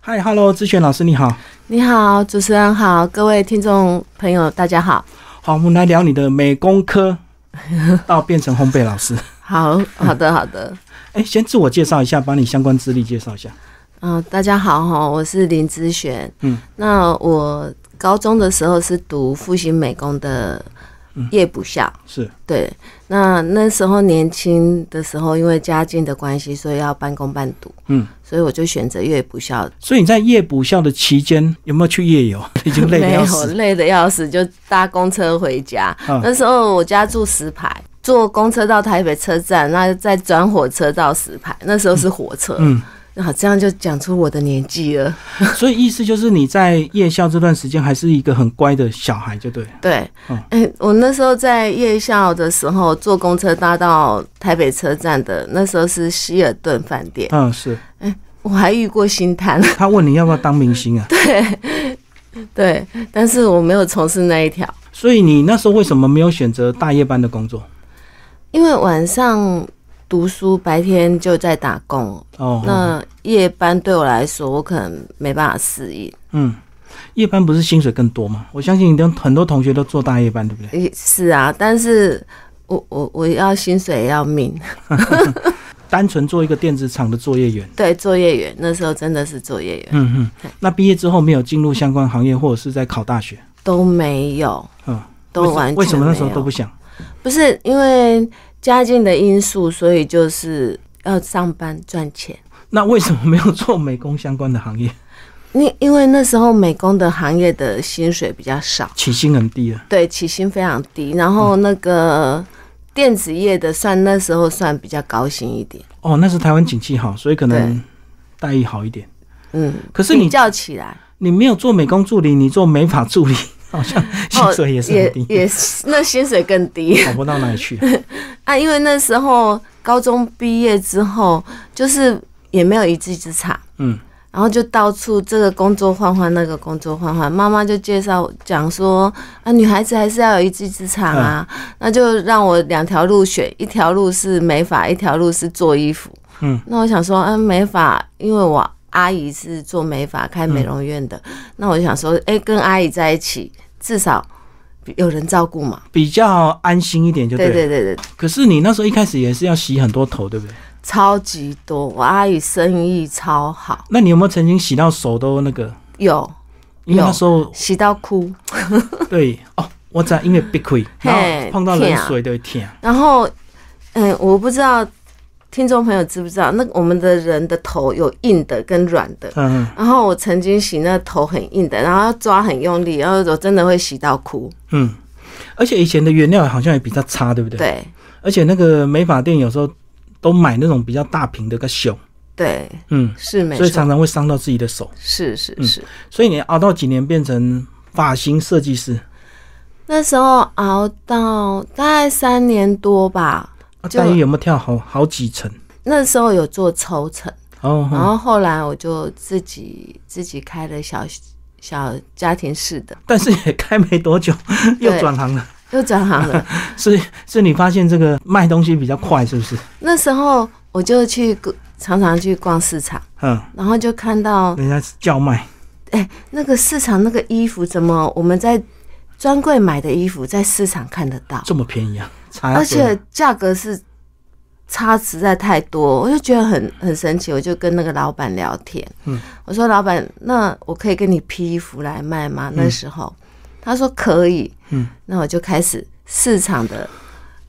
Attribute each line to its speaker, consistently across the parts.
Speaker 1: 嗨，Hello，志炫老师你好，
Speaker 2: 你好，主持人好，各位听众朋友，大家好。
Speaker 1: 好，我们来聊你的美工科到变成烘焙老师。
Speaker 2: 好好的好的，
Speaker 1: 哎，先自我介绍一下，把你相关资历介绍一下。
Speaker 2: 嗯、大家好哈，我是林之璇。
Speaker 1: 嗯，
Speaker 2: 那我高中的时候是读复兴美工的夜补校。
Speaker 1: 是，
Speaker 2: 对，那那时候年轻的时候，因为家境的关系，所以要半工半读，
Speaker 1: 嗯，
Speaker 2: 所以我就选择夜补校。
Speaker 1: 所以你在夜补校的期间有没有去夜游？ 已经累得
Speaker 2: 没
Speaker 1: 要
Speaker 2: 有
Speaker 1: 死。
Speaker 2: 累得要死，就搭公车回家。
Speaker 1: 嗯
Speaker 2: 那时候我家住石牌，坐公车到台北车站，那再转火车到石牌。那时候是火车，
Speaker 1: 嗯，
Speaker 2: 好，这样就讲出我的年纪了。
Speaker 1: 所以意思就是你在夜校这段时间还是一个很乖的小孩，就对了。
Speaker 2: 对，
Speaker 1: 嗯
Speaker 2: 哎、我那时候在夜校的时候坐公车搭到台北车站的，那时候是希尔顿饭店，
Speaker 1: 嗯，是。
Speaker 2: 我还遇过星探，
Speaker 1: 他问你要不要当明星啊？
Speaker 2: 对，但是我没有从事那一条。
Speaker 1: 所以你那时候为什么没有选择大夜班的工作？
Speaker 2: 因为晚上读书，白天就在打工，
Speaker 1: 哦，
Speaker 2: 那夜班对我来说，我可能没办法适应，
Speaker 1: 嗯，夜班不是薪水更多吗？我相信你的很多同学都做大夜班，对不对？
Speaker 2: 诶是啊，但是我我我要薪水也要命，
Speaker 1: 单纯做一个电子厂的作业员。
Speaker 2: 对，作业员那时候真的是作业员
Speaker 1: 嗯嗯，那毕业之后没有进入相关行业，或者是在考大学，
Speaker 2: 都没有，
Speaker 1: 嗯，
Speaker 2: 都
Speaker 1: 为什
Speaker 2: 完全
Speaker 1: 为什么那时候
Speaker 2: 没有
Speaker 1: 都不想？
Speaker 2: 不是因为家境的因素，所以就是要上班赚钱。
Speaker 1: 那为什么没有做美工相关的行 业？
Speaker 2: 因因为那时候美工的行业的薪水比较少，
Speaker 1: 起薪很低啊。
Speaker 2: 对，起薪非常低，然后那个电子业的算那时候算比较高薪一点，
Speaker 1: 哦，那是台湾景气好，所以可能待遇好一点。
Speaker 2: 嗯，
Speaker 1: 可是你
Speaker 2: 比较起来。
Speaker 1: 你没有做美工助理，你做美发助理， 好像 薪水也是很低，
Speaker 2: 哦也 也是那薪水更低
Speaker 1: 好不到哪里去啊、
Speaker 2: 啊，因为那时候高中毕业之后，就是也没有一技之长，
Speaker 1: 嗯，
Speaker 2: 然后就到处这个工作换换，那个工作换换。妈妈就介绍讲说啊，女孩子还是要有一技之长啊，那就让我两条路选，一条路是美发，一条路是做衣服。
Speaker 1: 嗯，
Speaker 2: 那我想说，嗯、美发，因为我阿姨是做美发开美容院的，那我就想说，哎、跟阿姨在一起，至少有人照顾嘛。
Speaker 1: 比较安心一点就对
Speaker 2: 对
Speaker 1: 了。
Speaker 2: 对对对，
Speaker 1: 可是你那时候一开始也是要洗很多头，对不对？
Speaker 2: 超级多。我阿姨生意超好，
Speaker 1: 那你有没有曾经洗到手都那个？
Speaker 2: 有
Speaker 1: 因为
Speaker 2: 有
Speaker 1: 那时候
Speaker 2: 洗到哭，
Speaker 1: 对哦，我在因为避亏，
Speaker 2: 啊嘿
Speaker 1: 然后碰到冷水都会舔。
Speaker 2: 然后嗯，我不知道听众朋友知不知道，那我们的人的头有硬的跟软的。
Speaker 1: 嗯，
Speaker 2: 然后我曾经洗那个头很硬的，然后要抓很用力，然后我真的会洗到哭。
Speaker 1: 嗯，而且以前的原料好像也比较差，对不对？。
Speaker 2: 对
Speaker 1: 而且那个美发店有时候都买那种比较大瓶的个熊，
Speaker 2: 对，
Speaker 1: 嗯，
Speaker 2: 是没
Speaker 1: 所以
Speaker 2: 错
Speaker 1: 常，常会伤到自己的手。
Speaker 2: 是是
Speaker 1: 嗯
Speaker 2: 是。
Speaker 1: 所以你熬到几年变成发型设计师，
Speaker 2: 那时候熬到大概三年多吧，
Speaker 1: 啊
Speaker 2: 就
Speaker 1: 待遇有没有跳好好几层？
Speaker 2: 那时候有做抽成。
Speaker 1: 哦，
Speaker 2: 然
Speaker 1: 哦
Speaker 2: 后后来我就自己自己开了小小家庭式的，
Speaker 1: 但是也开没多久又
Speaker 2: 对
Speaker 1: 转行了，
Speaker 2: 又转行了。
Speaker 1: 是是你发现这个卖东西比较快，是不是？
Speaker 2: 那时候我就去常常去逛市场，
Speaker 1: 嗯，
Speaker 2: 然后就看到哎
Speaker 1: 人家叫卖，
Speaker 2: 那个市场那个衣服怎么我们在专柜买的衣服在市场看得到，
Speaker 1: 这么便宜啊，差
Speaker 2: 而
Speaker 1: 多了
Speaker 2: 且价格是差实在太多，我就觉得很很神奇。我就跟那个老板聊天，
Speaker 1: 嗯，
Speaker 2: 我说老板，那我可以跟你批衣服来卖吗？那时候、他说可以，
Speaker 1: 嗯，
Speaker 2: 那我就开始市场的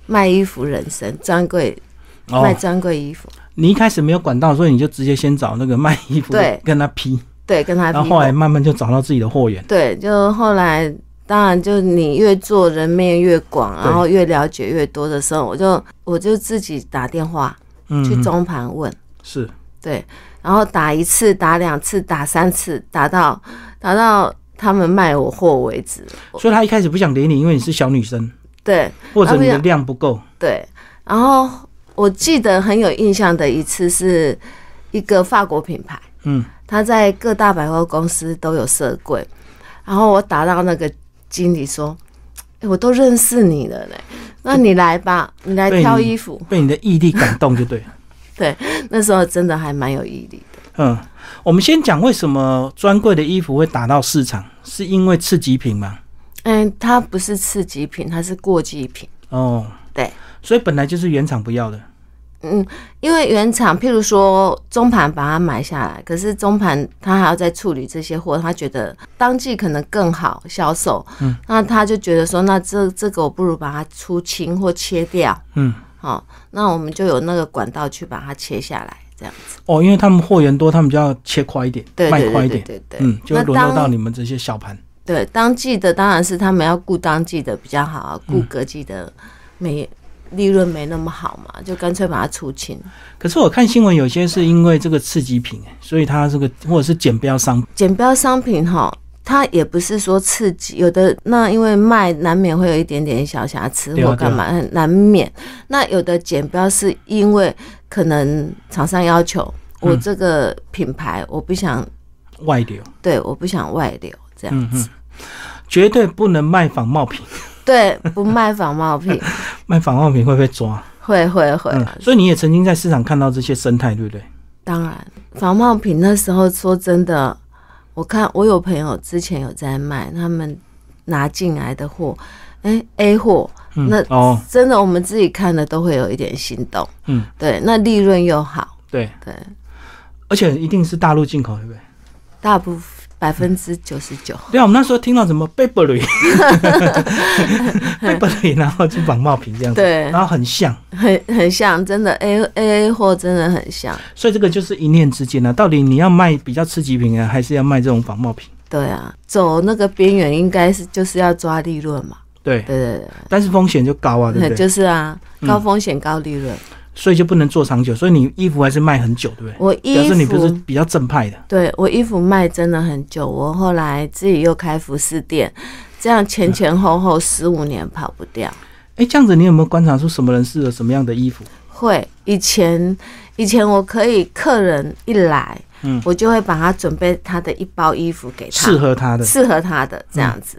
Speaker 2: 卖衣服人生，专柜
Speaker 1: 哦
Speaker 2: 卖专柜衣服，
Speaker 1: 你一开始没有管道，所以你就直接先找那个卖衣服的
Speaker 2: 对
Speaker 1: 跟他批，
Speaker 2: 对，跟他批
Speaker 1: 然后
Speaker 2: 货。
Speaker 1: 后来慢慢就找到自己的货源。
Speaker 2: 对，就后来当然就你越做人面越广，
Speaker 1: 对
Speaker 2: 然后越了解越多的时候，我就我就自己打电话
Speaker 1: 嗯，
Speaker 2: 去中盘问。
Speaker 1: 是
Speaker 2: 对，然后打一次、打两次、打三次，打到打到他们卖我货为止。
Speaker 1: 所以他一开始不想理你，因为你是小女生，
Speaker 2: 对
Speaker 1: 或者
Speaker 2: 啊不
Speaker 1: 你的
Speaker 2: 想
Speaker 1: 量不够。
Speaker 2: 对，然后我记得很有印象的一次是一个法国品牌，
Speaker 1: 嗯，
Speaker 2: 它在各大百货公司都有设柜，然后我打到那个经理说：“诶我都认识你了嘞，那你来吧，你来
Speaker 1: 对
Speaker 2: 挑
Speaker 1: 你
Speaker 2: 衣服。
Speaker 1: 被你的毅力感动就对了。”
Speaker 2: 那时候真的还蛮有毅力的。
Speaker 1: 嗯，我们先讲为什么专柜的衣服会打到市场，是因为次级品嘛？
Speaker 2: 嗯，它不是次级品，它是过季品。
Speaker 1: 哦，
Speaker 2: 对，
Speaker 1: 所以本来就是原厂不要的。
Speaker 2: 嗯，因为原厂，譬如说中盘把它买下来，可是中盘他还要再处理这些货，他觉得当季可能更好销售，嗯，那他就觉得说，那这这个我不如把它出清或切掉，
Speaker 1: 嗯，
Speaker 2: 好、那我们就有那个管道去把它切下来，这样子，
Speaker 1: 哦，因为他们货源多，他们就要切快一点，
Speaker 2: 对对
Speaker 1: 卖快
Speaker 2: 对
Speaker 1: 一
Speaker 2: 对
Speaker 1: 点，
Speaker 2: 对对，
Speaker 1: 嗯，就
Speaker 2: 那
Speaker 1: 会轮到
Speaker 2: 当
Speaker 1: 到你们这些小盘。
Speaker 2: 对当季的当然是他们要顾当季的比较好啊，
Speaker 1: 嗯
Speaker 2: 顾隔季的没利润没那么好嘛，就干脆把它出清。
Speaker 1: 可是我看新闻，有些是因为这个次级品，所以它这个或者是减标商，
Speaker 2: 减标商品哈，它也不是说刺激，有的那因为卖难免会有一点点小瑕疵
Speaker 1: 对啊
Speaker 2: 或干嘛，难免。那有的减标是因为可能厂商要求
Speaker 1: 嗯
Speaker 2: 我这个品牌我不想，
Speaker 1: 外流，
Speaker 2: 对，我不想外流这样
Speaker 1: 嗯
Speaker 2: 子，
Speaker 1: 绝对不能卖仿冒品，
Speaker 2: 对，不卖仿冒品，
Speaker 1: 卖仿冒品会被抓。
Speaker 2: 会会会，
Speaker 1: 嗯，所以你也曾经在市场看到这些生态，对不对？
Speaker 2: 当然仿冒品那时候说真的，我看我有朋友之前有在卖，他们拿进来的货，哎、A 货。
Speaker 1: 嗯，
Speaker 2: 那
Speaker 1: 哦，
Speaker 2: 真的，我们自己看了都会有一点心动。
Speaker 1: 嗯，
Speaker 2: 对，那利润又好，
Speaker 1: 对，
Speaker 2: 对，
Speaker 1: 而且一定是大陆进口，对不对？
Speaker 2: 大部
Speaker 1: 嗯
Speaker 2: 分百分之九十九，
Speaker 1: 对啊，我们那时候听到什么 Burberry，Burberry，然后就仿冒品这样子，
Speaker 2: 对
Speaker 1: 然，后很像，
Speaker 2: 很很像，真的 A A A 货真的很像，
Speaker 1: 所以这个就是一念之间啊，到底你要卖比较次级品啊，还是要卖这种仿冒品？
Speaker 2: 对啊，走那个边缘应该是就是要抓利润嘛，
Speaker 1: 对，
Speaker 2: 对对
Speaker 1: 但是风险就高啊，对
Speaker 2: 对，
Speaker 1: 不对？ 嗯
Speaker 2: 就是啊，高风险高利润。
Speaker 1: 所以就不能做长久，所以你衣服还是卖很久，对不对？
Speaker 2: 我
Speaker 1: 表
Speaker 2: 衣
Speaker 1: 示你不是
Speaker 2: 服
Speaker 1: 比较正派的，
Speaker 2: 对我衣服卖真的很久，我后来自己又开服饰店，这样前前后后十五年跑不掉。
Speaker 1: 哎，这样子你有没有观察出什么人适合什么样的衣服？
Speaker 2: 会，以前以前我可以客人一来，
Speaker 1: 嗯
Speaker 2: 我就会把他准备他的一包衣服给他，
Speaker 1: 适合他的。
Speaker 2: 适合他的这样子。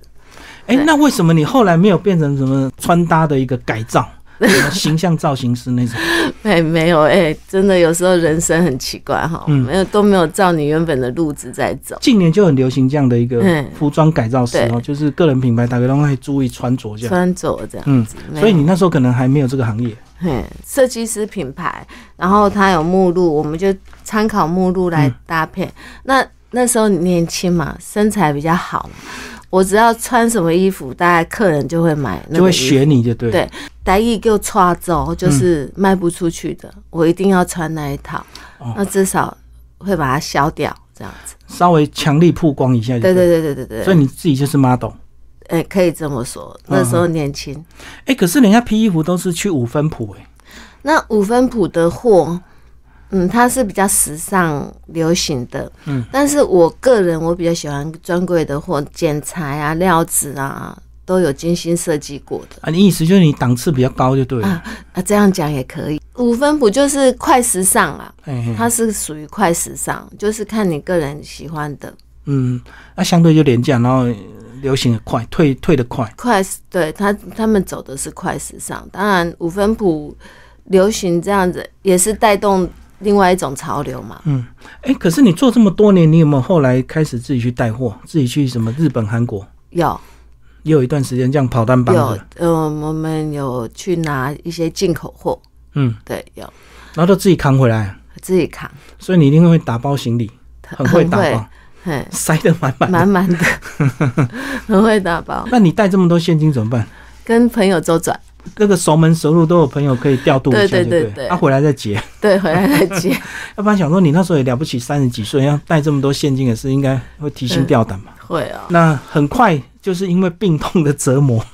Speaker 1: 哎、
Speaker 2: 对
Speaker 1: 那为什么你后来没有变成什么穿搭的一个改 造，什么形象造型师那种？
Speaker 2: 哎、没有哎、真的有时候人生很奇怪哈，
Speaker 1: 嗯
Speaker 2: 没有都没有照你原本的路子在走。
Speaker 1: 近年就很流行这样的一个
Speaker 2: 嗯
Speaker 1: 服装改造师哦，
Speaker 2: 对
Speaker 1: 就是个人品牌，大家都会注意穿着这样。
Speaker 2: 穿着这样
Speaker 1: 嗯
Speaker 2: 子，没有
Speaker 1: 所以你那时候可能还没有这个行业，
Speaker 2: 嘿设计师品牌，然后它有目录，我们就参考目录
Speaker 1: 嗯
Speaker 2: 来搭配。那那时候年轻嘛，身材比较好嘛，我只要穿什么衣服，大概客人就会买那
Speaker 1: 就
Speaker 2: 个
Speaker 1: 会
Speaker 2: 衣服
Speaker 1: 学你就对了。
Speaker 2: 对台语叫抓走，就是
Speaker 1: 嗯
Speaker 2: 卖不出去的，我一定要穿那一套，
Speaker 1: 哦
Speaker 2: 那至少会把它消掉，这样子。
Speaker 1: 稍微强力曝光一下就
Speaker 2: 对
Speaker 1: 对
Speaker 2: 对对对对
Speaker 1: 所
Speaker 2: 对，
Speaker 1: 以你自己就是 model。
Speaker 2: 哎、可以这么说，那时候年轻。
Speaker 1: 哎、可是人家批衣服都是去五分谱哎、
Speaker 2: 那五分谱的货，嗯，它是比较时尚流行的，
Speaker 1: 嗯，
Speaker 2: 但是我个人我比较喜欢专柜的货，剪裁啊、料子啊，都有精心设计过的。
Speaker 1: 啊，你意思就是你档次比较高就对了。
Speaker 2: 啊啊，这样讲也可以。五分谱就是快时尚啦，
Speaker 1: 哎、嘿
Speaker 2: 它是属于快时尚，就是看你个人喜欢的
Speaker 1: 嗯，那、相对就廉价，然后呃流行的快，退退的快。
Speaker 2: 快时，对他他们走的是快时尚。当然，五分谱流行这样子也是带动另外一种潮流嘛。
Speaker 1: 哎、可是你做这么多年，你有没有后来开始自己去带货，自己去什么日本、韩国，
Speaker 2: 有
Speaker 1: 也有一段时间这样跑单帮
Speaker 2: 有
Speaker 1: 的，，
Speaker 2: 呃，我们有去拿一些进口货，
Speaker 1: 嗯，
Speaker 2: 对，有
Speaker 1: 然后都自己扛回来，
Speaker 2: 自己扛，
Speaker 1: 所以你一定会打包行李，很会打包，
Speaker 2: 嘿，
Speaker 1: 塞得满满
Speaker 2: 满
Speaker 1: 的。
Speaker 2: 满的，很会打包，
Speaker 1: 那你带这么多现金怎么办？
Speaker 2: 跟朋友周转，
Speaker 1: 那个熟门熟路都有朋友可以调度一下，
Speaker 2: 对
Speaker 1: 对
Speaker 2: 对
Speaker 1: 不
Speaker 2: 对
Speaker 1: 对，啊
Speaker 2: 对
Speaker 1: 他、回来再结。
Speaker 2: 对，回来再 接。
Speaker 1: 要不然想说你那时候也了不起，三十几岁要带这么多现金也是应该会提心吊胆嘛。
Speaker 2: 会哦，
Speaker 1: 那很快就是因为病痛的折磨，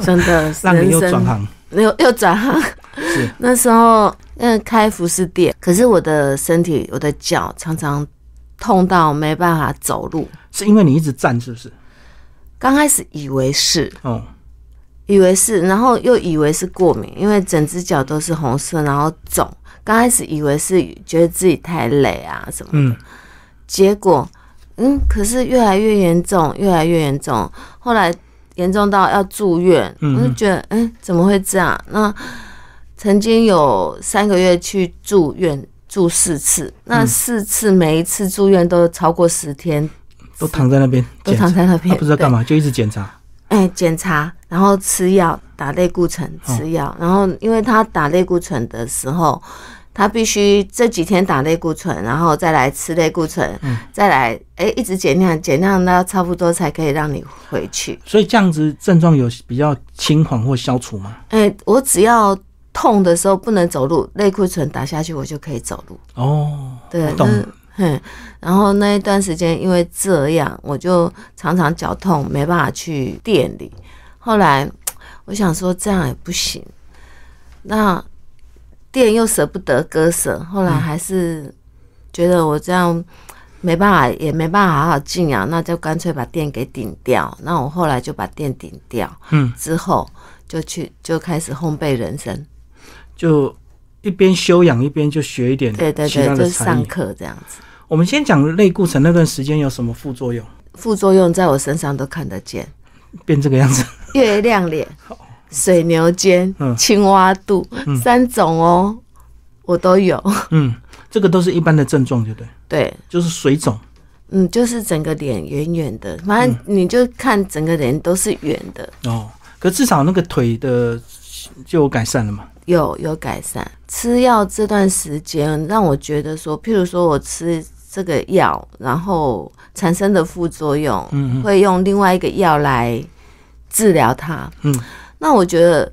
Speaker 2: 真的，
Speaker 1: 让你
Speaker 2: 人
Speaker 1: 又
Speaker 2: 生
Speaker 1: 转行。
Speaker 2: 又又转行。
Speaker 1: 是
Speaker 2: 那时候，嗯，开服饰店，可是我的身体，我的脚常常痛到没办法走路。
Speaker 1: 是因为你一直站，是不是？
Speaker 2: 刚开始以为是，
Speaker 1: 哦，
Speaker 2: 以为是，然后又以为是过敏，因为整只脚都是红色，然后肿。刚开始以为是觉得自己太累啊什么，
Speaker 1: 嗯，
Speaker 2: 结果，嗯，可是越来越严重，越来越严重。后来严重到要住院，
Speaker 1: 嗯
Speaker 2: 我就觉得，嗯，怎么会这样？那曾经有三个月去住院住四次，那四次每一次住院都超过十天，
Speaker 1: 都躺在那边
Speaker 2: 都
Speaker 1: 检
Speaker 2: 躺
Speaker 1: 查，
Speaker 2: 在那
Speaker 1: 他
Speaker 2: 边，
Speaker 1: 不知道
Speaker 2: 对
Speaker 1: 干嘛，就一直检查。
Speaker 2: 哎，检查，然后吃药，打类固醇，吃药，然后因为他打类固醇的时候，他必须这几天打类固醇，然后再来吃类固醇，再来，哎，一直减量，减量到差不多才可以让你回去。
Speaker 1: 所以这样子症状有比较轻缓或消除吗？
Speaker 2: 哎，我只要痛的时候不能走路，类固醇打下去，我就可以走路。
Speaker 1: 哦，
Speaker 2: 对，
Speaker 1: 懂
Speaker 2: 那嗯，然后那一段时间因为这样，我就常常脚痛，没办法去店里。后来我想说这样也不行，那店又舍不得割舍，后
Speaker 1: 嗯
Speaker 2: 来还是觉得我这样没办法，也没办法好好静养，那就干脆把店给顶掉。那我后来就把店顶掉，
Speaker 1: 嗯，
Speaker 2: 之后就去就开始烘焙人生，
Speaker 1: 就一边休养一边就学一点
Speaker 2: 对对
Speaker 1: 其
Speaker 2: 对，
Speaker 1: 他
Speaker 2: 就
Speaker 1: 的
Speaker 2: 是
Speaker 1: 才
Speaker 2: 上
Speaker 1: 艺。
Speaker 2: 课这样子。
Speaker 1: 我们先讲类固醇那段时间有什么副作用，
Speaker 2: 副作用在我身上都看得见，
Speaker 1: 变这个样子。
Speaker 2: 月亮脸、水牛肩、
Speaker 1: 嗯
Speaker 2: 青蛙肚、三种哦，我都有。
Speaker 1: 嗯，这个都是一般的症状，对不对？
Speaker 2: 对，
Speaker 1: 就是水肿。
Speaker 2: 嗯，就是整个脸圆圆的，反正
Speaker 1: 嗯
Speaker 2: 你就看整个脸都是圆的，
Speaker 1: 哦，可至少那个腿的就有改善了嘛。
Speaker 2: 有有改善。吃药这段时间让我觉得说，譬如说我吃这个药，然后产生的副作用，
Speaker 1: 嗯
Speaker 2: 会用另外一个药来治疗它。
Speaker 1: 嗯，
Speaker 2: 那我觉得，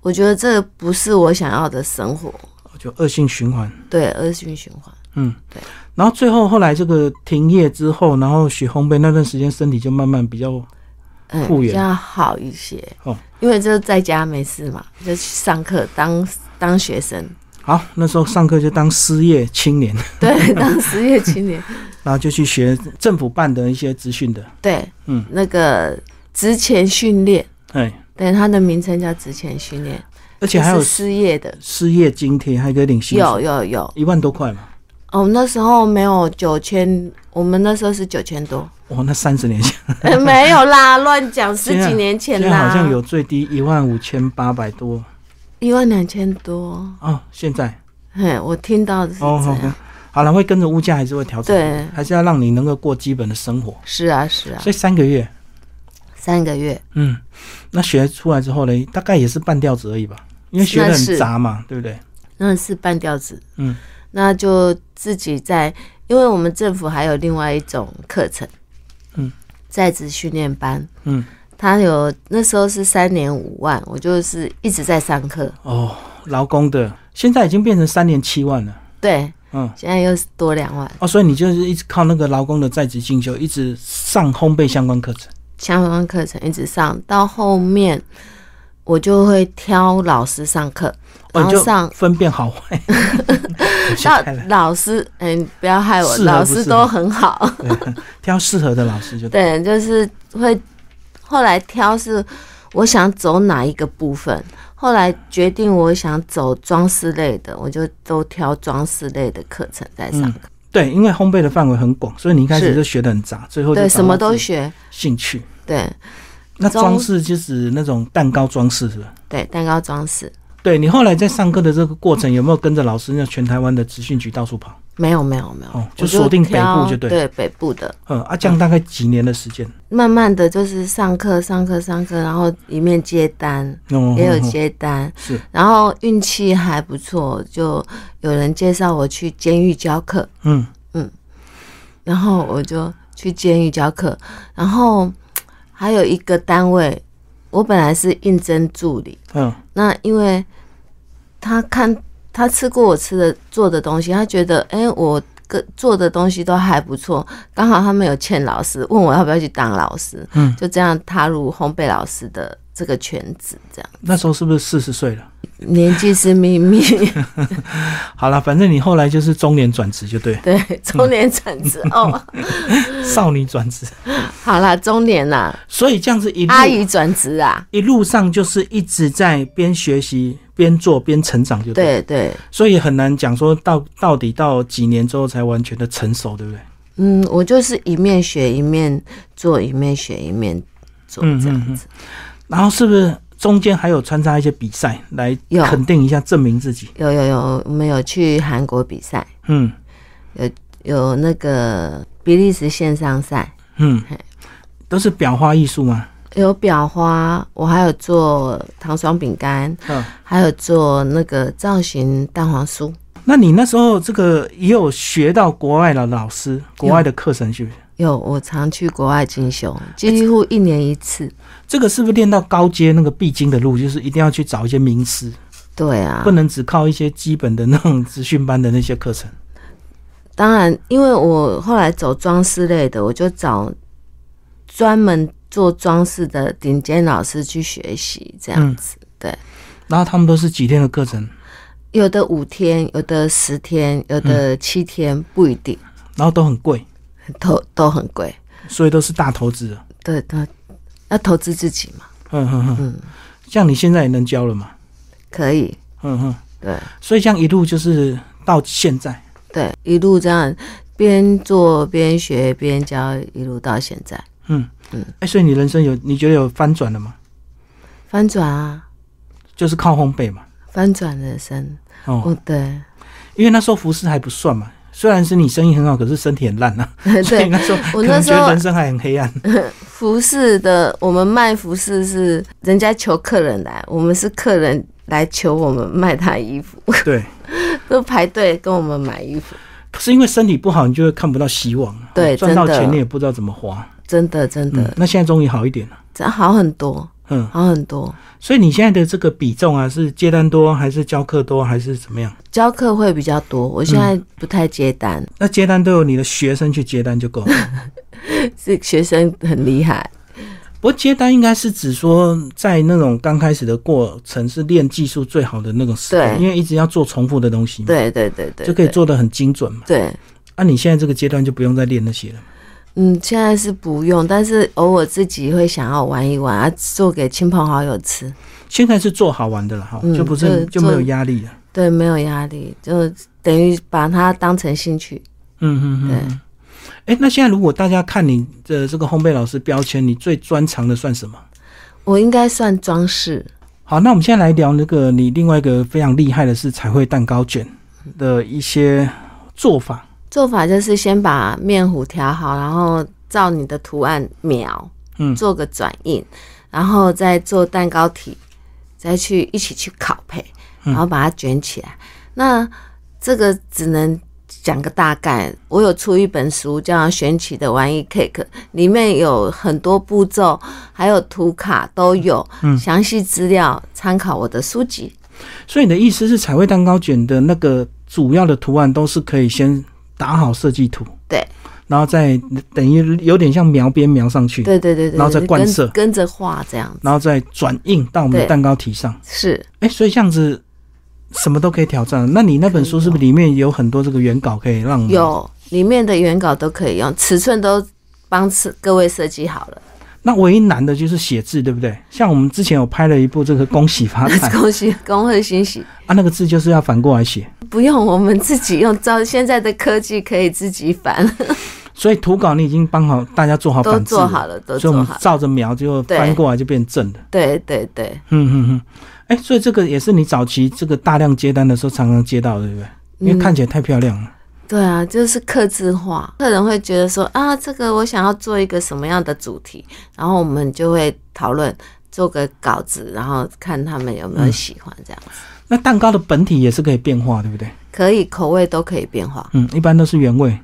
Speaker 2: 我觉得这不是我想要的生活，
Speaker 1: 就恶性循环。
Speaker 2: 对恶性循环。
Speaker 1: 嗯，
Speaker 2: 对。
Speaker 1: 然后最后后来这个停业之后，然后学烘焙那段时间，身体就慢慢比较
Speaker 2: 嗯，
Speaker 1: 复原
Speaker 2: 比较好一些。
Speaker 1: 哦
Speaker 2: 因为就在家没事嘛，就去上课当当学生，
Speaker 1: 好。那时候上课就当失业青年，
Speaker 2: 对，当失业 青年，
Speaker 1: 然后就去学政府办的一些资讯的。
Speaker 2: 对，
Speaker 1: 嗯，
Speaker 2: 那个职前训练，
Speaker 1: 哎，
Speaker 2: 对，它的名称叫职前训练，
Speaker 1: 而且还有
Speaker 2: 就是失业的，
Speaker 1: 失业津贴，还可以领薪水，
Speaker 2: 有有有，
Speaker 1: 一万多块嘛。
Speaker 2: 哦，那时候没有九千，我们那时候是九 千多，
Speaker 1: 哇，那三十年前，
Speaker 2: 呃没有啦，乱讲，十
Speaker 1: 现在
Speaker 2: 几年前
Speaker 1: 现在
Speaker 2: 啦，
Speaker 1: 好像有最低一万五千八百多
Speaker 2: 一万两千多，
Speaker 1: 哦。现在
Speaker 2: 嘿，我听到的是这
Speaker 1: 哦，好
Speaker 2: 样，
Speaker 1: 的，好了，会跟着物价还是会调整，
Speaker 2: 对
Speaker 1: 还是要让你能够过基本的生活。
Speaker 2: 是啊是啊，
Speaker 1: 所以三个月，
Speaker 2: 三个月，
Speaker 1: 嗯，那学出来之后呢，大概也是半吊子而已吧，因为学的
Speaker 2: 那是
Speaker 1: 很杂嘛，对不对？
Speaker 2: 那是半吊子，
Speaker 1: 嗯，
Speaker 2: 那就自己在，因为我们政府还有另外一种课程，
Speaker 1: 嗯，
Speaker 2: 在职训练班，
Speaker 1: 嗯，
Speaker 2: 他有那时候是三年五万，我就是一直在上课，
Speaker 1: 哦，劳工的现在已经变成三年七万了，
Speaker 2: 对，
Speaker 1: 嗯，
Speaker 2: 现在又是多两万，
Speaker 1: 哦，所以你就是一直靠那个劳工的在职进修，一直上烘焙相关课程，
Speaker 2: 相关课程一直上到后面，我就会挑老师上课，
Speaker 1: 哦，你
Speaker 2: 然后
Speaker 1: 就
Speaker 2: 上
Speaker 1: 分辨好 坏。我想
Speaker 2: 到
Speaker 1: 开了
Speaker 2: 老师，嗯、不要害我，
Speaker 1: 适合不
Speaker 2: 老师
Speaker 1: 适合
Speaker 2: 都很好。
Speaker 1: 对， 挑适合的老师就对。
Speaker 2: 对，就是会后来挑是我想走哪一个部分，后来决定我想走装饰类的，我就都挑装饰类的课程在
Speaker 1: 嗯
Speaker 2: 上课。
Speaker 1: 对，因为烘焙的范围很广，所以你一开始
Speaker 2: 是
Speaker 1: 就学的很杂，最后就
Speaker 2: 对，
Speaker 1: 找
Speaker 2: 什么
Speaker 1: 到
Speaker 2: 都
Speaker 1: 自己
Speaker 2: 学。
Speaker 1: 兴趣。
Speaker 2: 对
Speaker 1: 那
Speaker 2: 中
Speaker 1: 装饰就是那种蛋糕装饰是吧？
Speaker 2: 对，蛋糕装饰
Speaker 1: 对你后来在上课的这个过程，有没有跟着老师那全台湾的职训局到处跑？
Speaker 2: 没有没有没有，
Speaker 1: 哦
Speaker 2: 我
Speaker 1: 就锁定北部
Speaker 2: 挑
Speaker 1: 就对
Speaker 2: 对北部的。
Speaker 1: 嗯，啊，这样大概几年的时间？
Speaker 2: 慢慢的就是上课上课上课，然后一面接单，
Speaker 1: 哦
Speaker 2: 也有接单，
Speaker 1: 是，
Speaker 2: 然后运气还不错，就有人介绍我去监狱教课，
Speaker 1: 嗯，
Speaker 2: 然后我就去监狱教课，然后还有一个单位，我本来是应征助理，
Speaker 1: 嗯，
Speaker 2: 那因为他看他吃过我吃的做的东西，他觉得哎、诶我个做的东西都还不错，刚好他们有欠老师，问我要不要去当老师，
Speaker 1: 嗯，
Speaker 2: 就这样踏入烘焙老师的这个圈子，这样
Speaker 1: 那时候是不是四十岁了？
Speaker 2: 年纪是秘密，
Speaker 1: 好了，反正你后来就是中年转职就 对，
Speaker 2: 对，中年转职哦，
Speaker 1: 嗯少女转职，
Speaker 2: 好啦，中年啦，
Speaker 1: 所以这样子 一路
Speaker 2: 阿姨转职啊，
Speaker 1: 一路上就是一直在边学习边做边成长就对，
Speaker 2: 对对。
Speaker 1: 所以很难讲说到到底到几年之后才完全的成熟，对不对？
Speaker 2: 嗯，我就是一面学一面做，一面学一面做
Speaker 1: 嗯嗯
Speaker 2: 这样子。
Speaker 1: 然后是不是中间还有穿插一些比赛来
Speaker 2: 有
Speaker 1: 肯定一下，证明自己。
Speaker 2: 有有有，我们有去韩国比赛，
Speaker 1: 嗯
Speaker 2: 有那个比利时线上赛，
Speaker 1: 嗯
Speaker 2: 嘿，
Speaker 1: 都是裱花艺术嘛。
Speaker 2: 有裱花，我还有做糖霜饼干，
Speaker 1: 嗯，
Speaker 2: 还有做那个造型蛋黄酥。
Speaker 1: 那你那时候这个也有学到国外的老师、国外的课程是不是？
Speaker 2: 有，我常去国外进修，几乎一年一次。
Speaker 1: 这个是不是练到高阶那个必经的路，就是一定要去找一些名师，
Speaker 2: 对啊
Speaker 1: 不，能只靠一些基本的那种资讯班的那些课程。
Speaker 2: 当然，因为我后来走装饰类的，我就找专门做装饰的顶尖老师去学习，这样子。
Speaker 1: 然后他们都是几天的课程，
Speaker 2: 有的五天，有的十天，有的七天，不一定，
Speaker 1: 然后都很贵，
Speaker 2: 都都很贵。
Speaker 1: 所以都是大投资了。
Speaker 2: 对，他要投资自己嘛，
Speaker 1: 嗯哼哼，像你现在也能教了嘛？
Speaker 2: 可以。
Speaker 1: 嗯哼，
Speaker 2: 对
Speaker 1: 所以这样一路就是到现在。
Speaker 2: 对，一路这样边做边学边教，一路到现在
Speaker 1: 嗯嗯，哎、所以你人生有你觉得有翻转了吗？
Speaker 2: 翻转啊，
Speaker 1: 就是靠烘焙嘛。
Speaker 2: 翻转人生。
Speaker 1: 哦，
Speaker 2: 哦，对
Speaker 1: 因为那时候服饰还不算嘛，虽然是你生意很好，可是身体很烂呐、所以
Speaker 2: 对，
Speaker 1: 那时候
Speaker 2: 我
Speaker 1: 可
Speaker 2: 那
Speaker 1: 能
Speaker 2: 时
Speaker 1: 觉得
Speaker 2: 候
Speaker 1: 人生还很黑 暗。
Speaker 2: 服饰的，我们卖服饰是人家求客人来，我们是客人来求我们卖他衣服，
Speaker 1: 对，
Speaker 2: 都排队跟我们买衣服。
Speaker 1: 可是因为身体不好，你就会看不到希望。
Speaker 2: 对
Speaker 1: 哦赚到
Speaker 2: 真的
Speaker 1: 钱你也不知道怎么花。
Speaker 2: 真的真
Speaker 1: 嗯
Speaker 2: 的，，
Speaker 1: 那现在终于好一点了。
Speaker 2: 这样好很多，
Speaker 1: 嗯，
Speaker 2: 好很多。
Speaker 1: 所以你现在的这个比重啊，是接单多还是教课多还是怎么样？
Speaker 2: 教课会比较多，我现在不太接单，
Speaker 1: 那接单都有你的学生去接单就够 了。
Speaker 2: 是学生很厉害。
Speaker 1: 不过接单应该是指说，在那种刚开始的过程是练技术最好的那种时代，
Speaker 2: 对
Speaker 1: 因为一直要做重复的东西嘛，
Speaker 2: 对对对对，
Speaker 1: 嗯就可以
Speaker 2: 对
Speaker 1: 做的很精准嘛。
Speaker 2: 对。
Speaker 1: 啊，你现在这个阶段就不用再练那些了。
Speaker 2: 嗯，现在是不用，但是偶尔自己会想要玩一玩啊，做给亲朋好友吃。
Speaker 1: 现在是做好玩的了哈，
Speaker 2: 嗯
Speaker 1: 就不是就
Speaker 2: 就
Speaker 1: 没有压力了。
Speaker 2: 对，没有压力，就等于把它当成兴趣。
Speaker 1: 嗯嗯嗯嗯。哎、那现在如果大家看你的这个烘焙老师标签，你最专长的算什么？
Speaker 2: 我应该算装饰，
Speaker 1: 好，那我们现在来聊那个你另外一个非常厉害的是彩绘蛋糕卷的一些做法。
Speaker 2: 做法就是先把面糊调好，然后照你的图案描，
Speaker 1: 嗯
Speaker 2: 做个转印，然后再做蛋糕体，再去一起去烤配，
Speaker 1: 嗯
Speaker 2: 然后把它卷起来。那这个只能讲个大概。我有出一本书叫《选起的玩意 Cake》，里面有很多步骤，还有图卡都有，
Speaker 1: 嗯
Speaker 2: 详细资料参考我的书籍。
Speaker 1: 所以你的意思是，彩绘蛋糕卷的那个主要的图案都是可以先打好设计图，
Speaker 2: 对，
Speaker 1: 然后再等于有点像描边描上去，
Speaker 2: 对对对对，
Speaker 1: 然后再
Speaker 2: 对
Speaker 1: 灌
Speaker 2: 跟
Speaker 1: 色
Speaker 2: 跟着画这样子
Speaker 1: 然后再转印到我们的
Speaker 2: 对
Speaker 1: 蛋糕体上。
Speaker 2: 是。
Speaker 1: 哎、所以这样子什么都可以挑战。那你那本书是不是里面有很多这个原稿可以让我们？
Speaker 2: 啊有里面的原稿都可以用，尺寸都帮此各位设计好 了。
Speaker 1: 那唯一难的就是写字，对不对？像我们之前有拍了一部这个《恭喜发财》
Speaker 2: 恭喜，恭贺新喜！
Speaker 1: 啊，那个字就是要反过来写，
Speaker 2: 不用我们自己用，照现在的科技可以自己反，
Speaker 1: 所以图稿你已经帮好大家做好
Speaker 2: 都
Speaker 1: 反字
Speaker 2: 做好了，
Speaker 1: 所
Speaker 2: 都
Speaker 1: 以
Speaker 2: 做
Speaker 1: 我们
Speaker 2: 好了。
Speaker 1: 照着描就翻
Speaker 2: 对
Speaker 1: 过来就变正的。
Speaker 2: 对对对，
Speaker 1: 嗯嗯嗯。哎、所以这个也是你早期这个大量接单的时候常常接到的，对不对？因
Speaker 2: 嗯
Speaker 1: 为看起来太漂亮了。
Speaker 2: 对啊，就是刻字化，客人会觉得说啊，这个我想要做一个什么样的主题，然后我们就会讨论。做个稿子，然后看他们有没
Speaker 1: 嗯
Speaker 2: 有喜欢，这样、
Speaker 1: 那蛋糕的本体也是可以变化，对不对？
Speaker 2: 可以口味都可以变化，
Speaker 1: 嗯，一般都是原味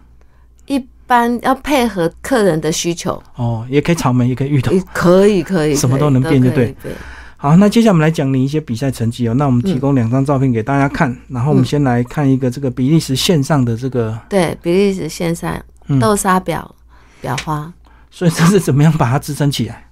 Speaker 2: 一般要配合客人的需求，
Speaker 1: 哦，也可以草莓，也可以芋头。
Speaker 2: 也可以可以，
Speaker 1: 什么
Speaker 2: 可以
Speaker 1: 都能变就
Speaker 2: 可以
Speaker 1: 对好，那接下来我们来讲你一些比赛成绩哦。那我们提
Speaker 2: 嗯
Speaker 1: 供两张照片给大家看，然后我们先来看一个这个比利时线上的这个，
Speaker 2: 对，比利时线上
Speaker 1: 嗯
Speaker 2: 豆沙表裱花，
Speaker 1: 所以这是怎么样把它支撑起来？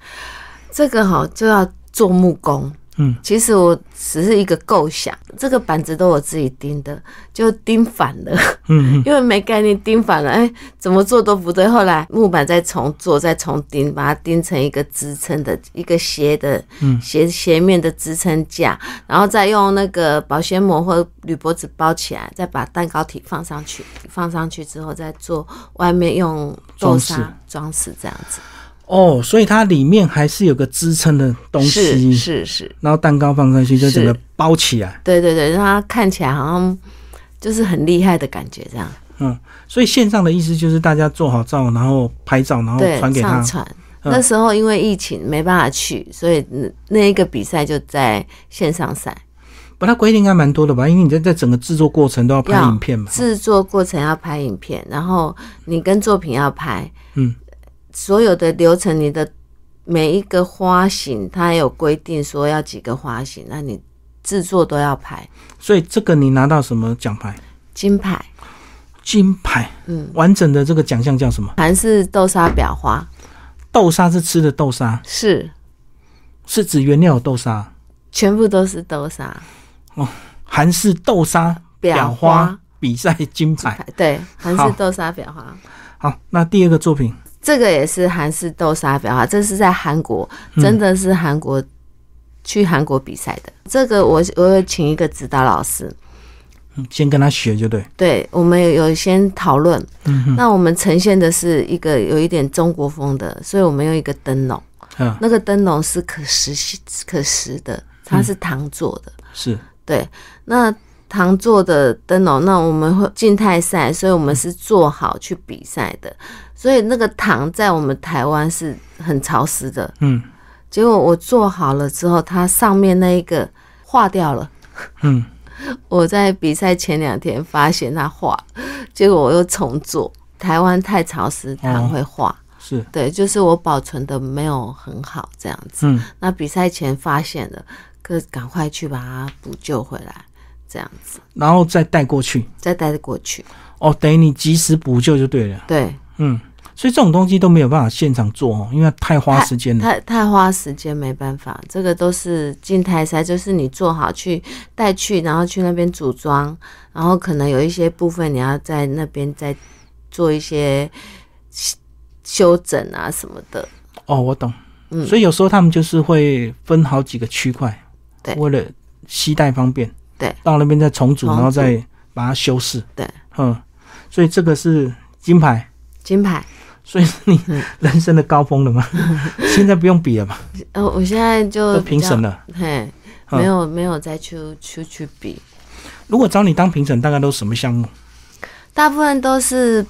Speaker 2: 这个哈就要做木工。
Speaker 1: 嗯，
Speaker 2: 其实我只是一个构想，这个板子都我自己钉的，就钉反了，
Speaker 1: 嗯嗯，
Speaker 2: 因为没概念，钉反了，哎，怎么做都不对。后来木板再重做，再重钉，把它钉成一个支撑的一个斜的
Speaker 1: 嗯
Speaker 2: 斜斜面的支撑架，然后再用那个保鲜膜或铝箔纸包起来，再把蛋糕体放上去，放上去之后再做外面用豆
Speaker 1: 装饰
Speaker 2: 沙装饰这样子。
Speaker 1: 哦，所以它里面还是有个支撑的东
Speaker 2: 是
Speaker 1: 西，
Speaker 2: 是是，
Speaker 1: 然后蛋糕放上去就整个
Speaker 2: 是
Speaker 1: 包起来。
Speaker 2: 对对对，让它看起来好像就是很厉害的感觉，这样
Speaker 1: 嗯所以线上的意思就是大家做好照，然后拍照，然后
Speaker 2: 对
Speaker 1: 哦传给他
Speaker 2: 上。传。
Speaker 1: 嗯
Speaker 2: 那时候因为疫情没办法去，所以嗯那一个比赛就在线上赛。
Speaker 1: 把它规定应该蛮多的吧？因为你在在整个制作过程都要拍
Speaker 2: 要
Speaker 1: 影片嘛。
Speaker 2: 制作过程要拍影片，然后你跟作品要拍，
Speaker 1: 嗯，
Speaker 2: 所有的流程，你的每一个花型，它有规定说要几个花型，那你制作都要拍
Speaker 1: 所以这个你拿到什么奖牌？
Speaker 2: 金牌，
Speaker 1: 金牌。
Speaker 2: 嗯，
Speaker 1: 完整的这个奖项叫什么？
Speaker 2: 还是豆沙裱花，
Speaker 1: 豆沙是吃的豆沙，
Speaker 2: 是
Speaker 1: 是指原料有豆沙。
Speaker 2: 全部都是豆沙
Speaker 1: 韩式豆沙裱
Speaker 2: 裱
Speaker 1: 花，比赛金牌。
Speaker 2: 对，韩
Speaker 1: 好
Speaker 2: 式豆沙裱花。
Speaker 1: 好，那第二个作品，
Speaker 2: 这个也是韩式豆沙裱花，这是在韩国，
Speaker 1: 嗯
Speaker 2: 真的是韩国、去韩国比赛的。这个我我有请一个指导老师，
Speaker 1: 嗯先跟他学就对。
Speaker 2: 对，我们有有先讨论。
Speaker 1: 嗯哼
Speaker 2: 那我们呈现的是一个有一点中国风的，所以我们用一个灯笼，
Speaker 1: 嗯，
Speaker 2: 那个灯笼是可食可食的，它
Speaker 1: 嗯
Speaker 2: 是糖做的。
Speaker 1: 是
Speaker 2: 对，那糖做的灯笼，那我们会静态赛，所以我们是做好去比赛的。所以那个糖在我们台湾是很潮湿的，
Speaker 1: 嗯
Speaker 2: 结果我做好了之后，它上面那一个化掉了。
Speaker 1: 嗯，
Speaker 2: 我在比赛前两天发现它化，结果我又重做。台湾太潮湿，糖会化。
Speaker 1: 是
Speaker 2: 对，就是我保存的没有很好这样子。
Speaker 1: 嗯，
Speaker 2: 那比赛前发现了，可赶快去把它补救回来，这样子
Speaker 1: 然后再带过去。
Speaker 2: 再带过去。
Speaker 1: 哦，等于你及时补救就对了。
Speaker 2: 对，
Speaker 1: 嗯，所以这种东西都没有办法现场做哦，因为太花时间了。
Speaker 2: 太太花时间没办法，这个都是静态赛，就是你做好去带去，然后去那边组装，然后可能有一些部分你要在那边再做一些修修整啊什么的。
Speaker 1: 哦，我懂。
Speaker 2: 嗯
Speaker 1: 所以有时候他们就是会分好几个区块，
Speaker 2: 对
Speaker 1: 为了携带方便，
Speaker 2: 对，
Speaker 1: 到那边再重组，
Speaker 2: 重组
Speaker 1: 然后再把它修饰，
Speaker 2: 对，
Speaker 1: 嗯，所以这个是金牌，
Speaker 2: 金牌，
Speaker 1: 所以是你
Speaker 2: 嗯
Speaker 1: 人生的高峰了 吗？现在不用比了嘛，
Speaker 2: 呃，我现在就
Speaker 1: 都评审
Speaker 2: 了，
Speaker 1: 了。
Speaker 2: 嘿，
Speaker 1: 嗯
Speaker 2: 没有没有再去去去比，
Speaker 1: 如果找你当评审，大概都是什么项目？
Speaker 2: 大部分都是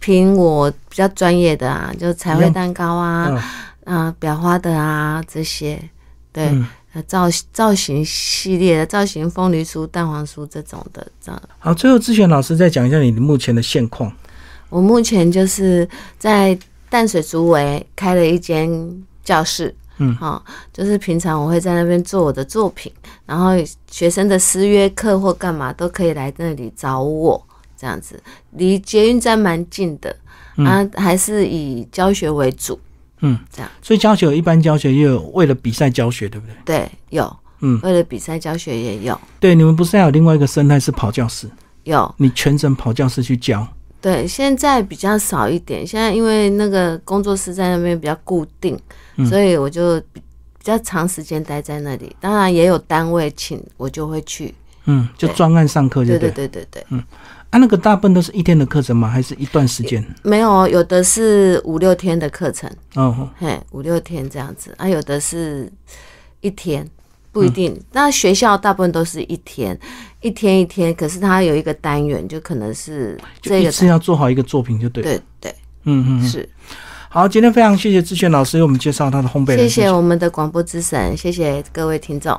Speaker 2: 凭我比较专业的啊，就彩
Speaker 1: 一
Speaker 2: 绘
Speaker 1: 样
Speaker 2: 蛋糕啊，
Speaker 1: 嗯
Speaker 2: 啊，裱花的啊这些，对，
Speaker 1: 嗯
Speaker 2: 呃造造型系列的造型凤梨酥、蛋黄酥这种的，这样。
Speaker 1: 好，最后志璇老师再讲一下你目前的现况。
Speaker 2: 我目前就是在淡水竹围开了一间教室，
Speaker 1: 嗯
Speaker 2: 好、就是平常我会在那边做我的作品，然后学生的私约课或干嘛都可以来那里找我，这样子离捷运站蛮近的，啊，还是以教学为主，
Speaker 1: 嗯，
Speaker 2: 这样
Speaker 1: 所以教学有一般教学，也有为了比赛教学，对不对？
Speaker 2: 对，有，
Speaker 1: 嗯
Speaker 2: 为了比赛教学也有，
Speaker 1: 对，你们不是还有另外一个生态是跑教室，
Speaker 2: 有，
Speaker 1: 你全程跑教室去教。
Speaker 2: 对，现在比较少一点。现在因为那个工作室在那边比较固定，
Speaker 1: 嗯
Speaker 2: 所以我就比比较长时间待在那里。当然也有单位请我就会去。
Speaker 1: 嗯，就
Speaker 2: 对
Speaker 1: 专案上课就对
Speaker 2: 对对
Speaker 1: 了。
Speaker 2: 对对对，
Speaker 1: 啊，那个大部分都是一天的课程吗？还是一段时间？
Speaker 2: 没有，有的是五六天的课程，
Speaker 1: 哦，
Speaker 2: 嘿，五六天这样子啊，有的是一天。不一
Speaker 1: 嗯
Speaker 2: 定，那学校大部分都是一天，一天一天，可是它有一个单元，就可能是
Speaker 1: 就
Speaker 2: 这
Speaker 1: 一
Speaker 2: 个
Speaker 1: 次
Speaker 2: 单，
Speaker 1: 要做好一个作品就对了。
Speaker 2: 对对
Speaker 1: 嗯嗯嗯。
Speaker 2: 是。
Speaker 1: 好，今天非常谢谢志炫老师为我们介绍他的烘焙人生。
Speaker 2: 谢谢我们的广播之神，谢谢各位听众。